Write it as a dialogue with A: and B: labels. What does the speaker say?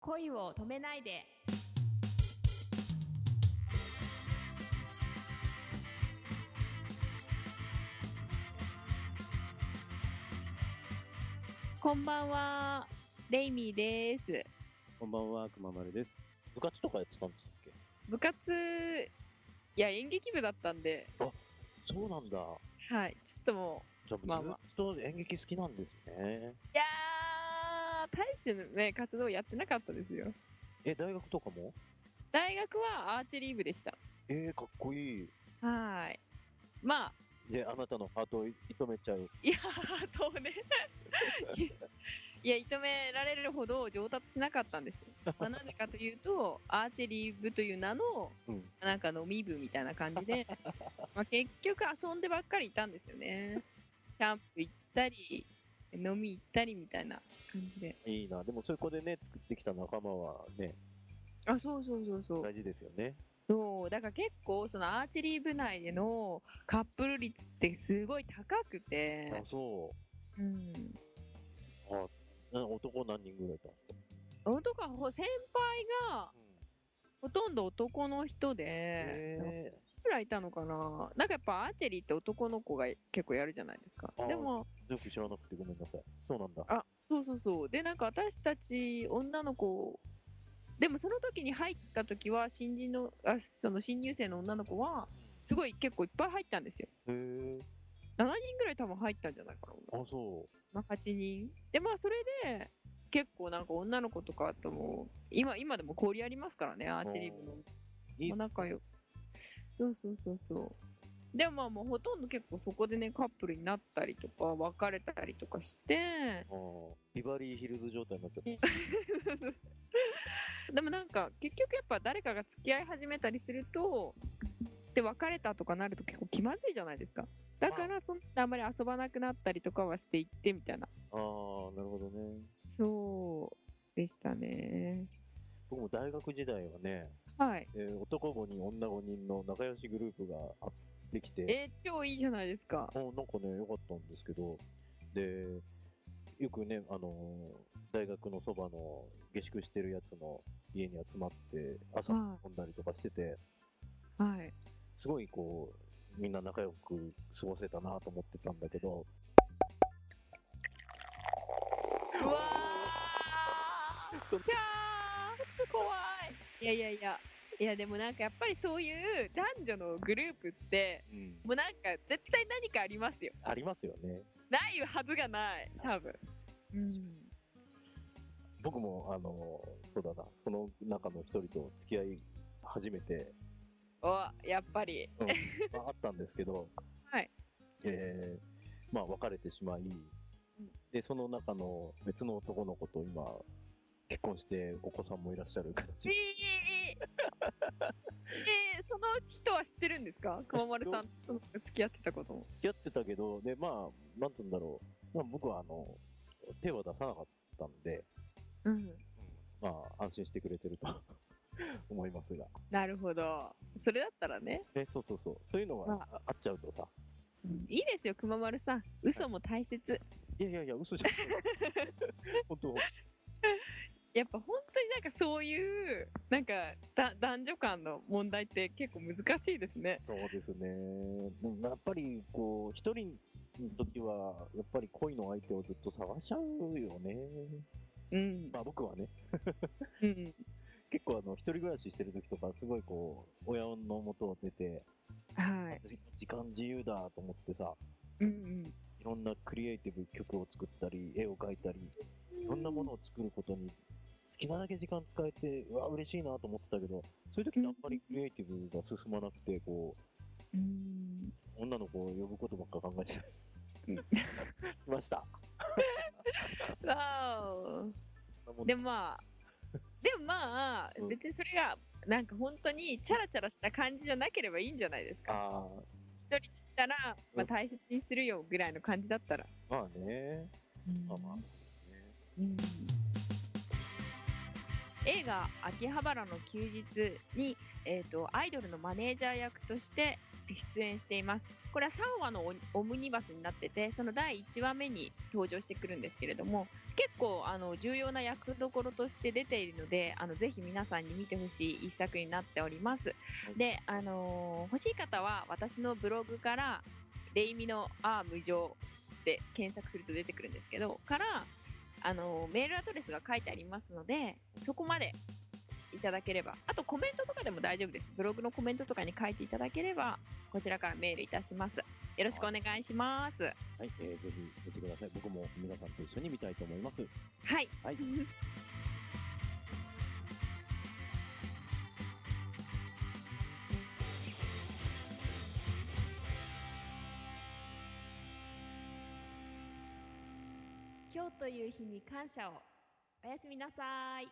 A: 恋を止めないで。こんばんは、レイミーです。
B: こんばんは、くままるです。
C: 部活とかやってたんですっけ
A: 部活、いや、演劇部だったんで、
C: そうなんだ。
A: はい、ちょっとも
C: じゃあ、
A: まあま
C: ずっ
A: あ
C: と演劇好きなんですね。
A: う、いやー、大してね、活動やってなかったですよ。
C: え、大学とかも
A: 大学はアーチェリー部でした。
C: えー、かっこいい。
A: はーい。まあ、
C: で、あなたのハートを射止めちゃう。
A: いやー、そうね。いや、認められるほど上達しなかったん です。まあなぜかというと、アーチェリー部という名の、
C: うん
A: なんか飲み部みたいな感じ で、まあ結局遊んでばっかりいたんですよね。キャンプ行ったり、飲み行ったりみたいな感じで。
C: いいな。でも、そういう子でね、作ってきた仲間はね、
A: あ、そうそうそうそう。
C: 大事ですよね。
A: そう、だから結構、そのアーチェリー部内でのカップル率ってすごい高く
C: あ
A: て、、
C: そ
A: うん。
C: う。あ、な男何人ぐらいいた
A: 男はほ先輩が
C: うん
A: ほとんど男の人で、何
C: え
A: 人くらいいたのかななんかやっぱアーチェリーって男の子が結構やるじゃないですか
C: あー
A: でも
C: ー、よく知らなくてごめんなさい。そうなんだ。
A: あそうそうそうでなんか私たち女の子でもその時に入った時は新人のあその新入生の女の子はすごい結構いっぱい入ったんですよ
C: へえ。
A: 7人ぐらい多分入ったんじゃないかな
C: あ、そう。
A: まあ、8人でまあそれで結構なんか女の子とかとも今今でも交流ありますからねアーチェリー部の
C: いい
A: もう仲良そうそうそうそうでもまあもうほとんど結構そこでねカップルになったりとか別れたりとかして
C: あービバリーヒルズ状態になっちゃった。
A: でもなんか結局やっぱ誰かが付き合い始めたりするとで別れたとかなると結構気まずいじゃないですかだからそんなあんまり遊ばなくなったりとかはしていってみたいな
C: あー、なるほどね。
A: そうでしたね
C: 僕も大学時代はね、
A: はい
C: えー男5人、女5人の仲良しグループがあってきて、
A: えー、超いいじゃないですか
C: あなんかね、良かったんですけど、で、よくね、あのー大学のそばの下宿してるやつの家に集まって、朝
A: は
C: 飲んだりとかしてて、
A: いはい
C: すごいこう、みんな仲良く過ごせたなと思ってたんだけど、
A: うわーキャー怖いいやいやいやいやでもなんかやっぱりそういう男女のグループってもうなんか絶対何かありますよ
C: ありますよね。
A: ないはずがない多分うん
C: 僕も、あのーそうだな、その中の一人と付き合い始めて、
A: おやっぱり
C: うんまあ、あったんですけど、
A: はい
C: えーまあ、別れてしまい、でその中の別の男の子と今結婚してお子さんもいらっしゃる
A: え
C: 形
A: ー、えー、その人は知ってるんですか熊丸さんその付き合ってたことも
C: 付き合ってたけどでまあなんて言うんだろう、まあ、僕はあの手は出さなかったんで、
A: うん
C: まあ、安心してくれてると 思いますが、
A: なるほどそれだったらね
C: ね、そうそうそうそういうの
A: ま
C: がああっちゃうとさ
A: いいですよ熊丸さん嘘も大切
C: いやいやいや嘘 じゃない本当
A: やっぱ本当になんかそういうなんかだ男女間の問題って結構難しいですね。
C: そうですね。でもやっぱりこう一人の時はやっぱり恋の相手をずっと探しちゃうよね。
A: うん、
C: まあ僕はね、
A: うん、
C: 結構あの一人暮らししてる時とかすごいこう親の元を出て、
A: はい、
C: 時時間自由だと思ってさ、
A: うん
C: いろんなクリエイティブ曲を作ったり絵を描いたり、
A: うん、
C: いろんなものを作ることに。好きなだけ時間使えて、うわ、嬉しいなと思ってたけど、そういう時ってあんまりクリエイティブが進まなくて、こう、
A: うん
C: 女の子を呼ぶことばっか考えて
A: うん
C: いました。
A: わお
C: そんなもん
A: でもまあでもまあ
C: うん
A: 別にそれがなんか本当にチャラチャラした感じじゃなければいいんじゃないですか。
C: ああ、
A: 一人だったら、ま
C: う
A: あ、
C: ん
A: 大切にするよぐらいの感じだったら。
C: まあね。まあまあ、ね。
A: 映画「秋葉原の休日に」えーとアイドルのマネージャー役として出演していますこれは3話のオオムニバスになっててその第1話目に登場してくるんですけれども結構あの重要な役どころとして出ているのであのぜひ皆さんに見てほしい一作になっております、
C: い
A: で、あのー欲しい方は私のブログから「レイミのアーム上」で検索すると出てくるんですけどから、あのーメールアドレスが書いてありますのでそこまでいただければあとコメントとかでも大丈夫ですブログのコメントとかに書いていただければこちらからメールいたしますよろしくお願いします
C: はい、えーぜひ見てください。僕も皆さんと一緒に見たいと思います。
A: はい
C: はい。
A: 今日という日に感謝をおやすみなさい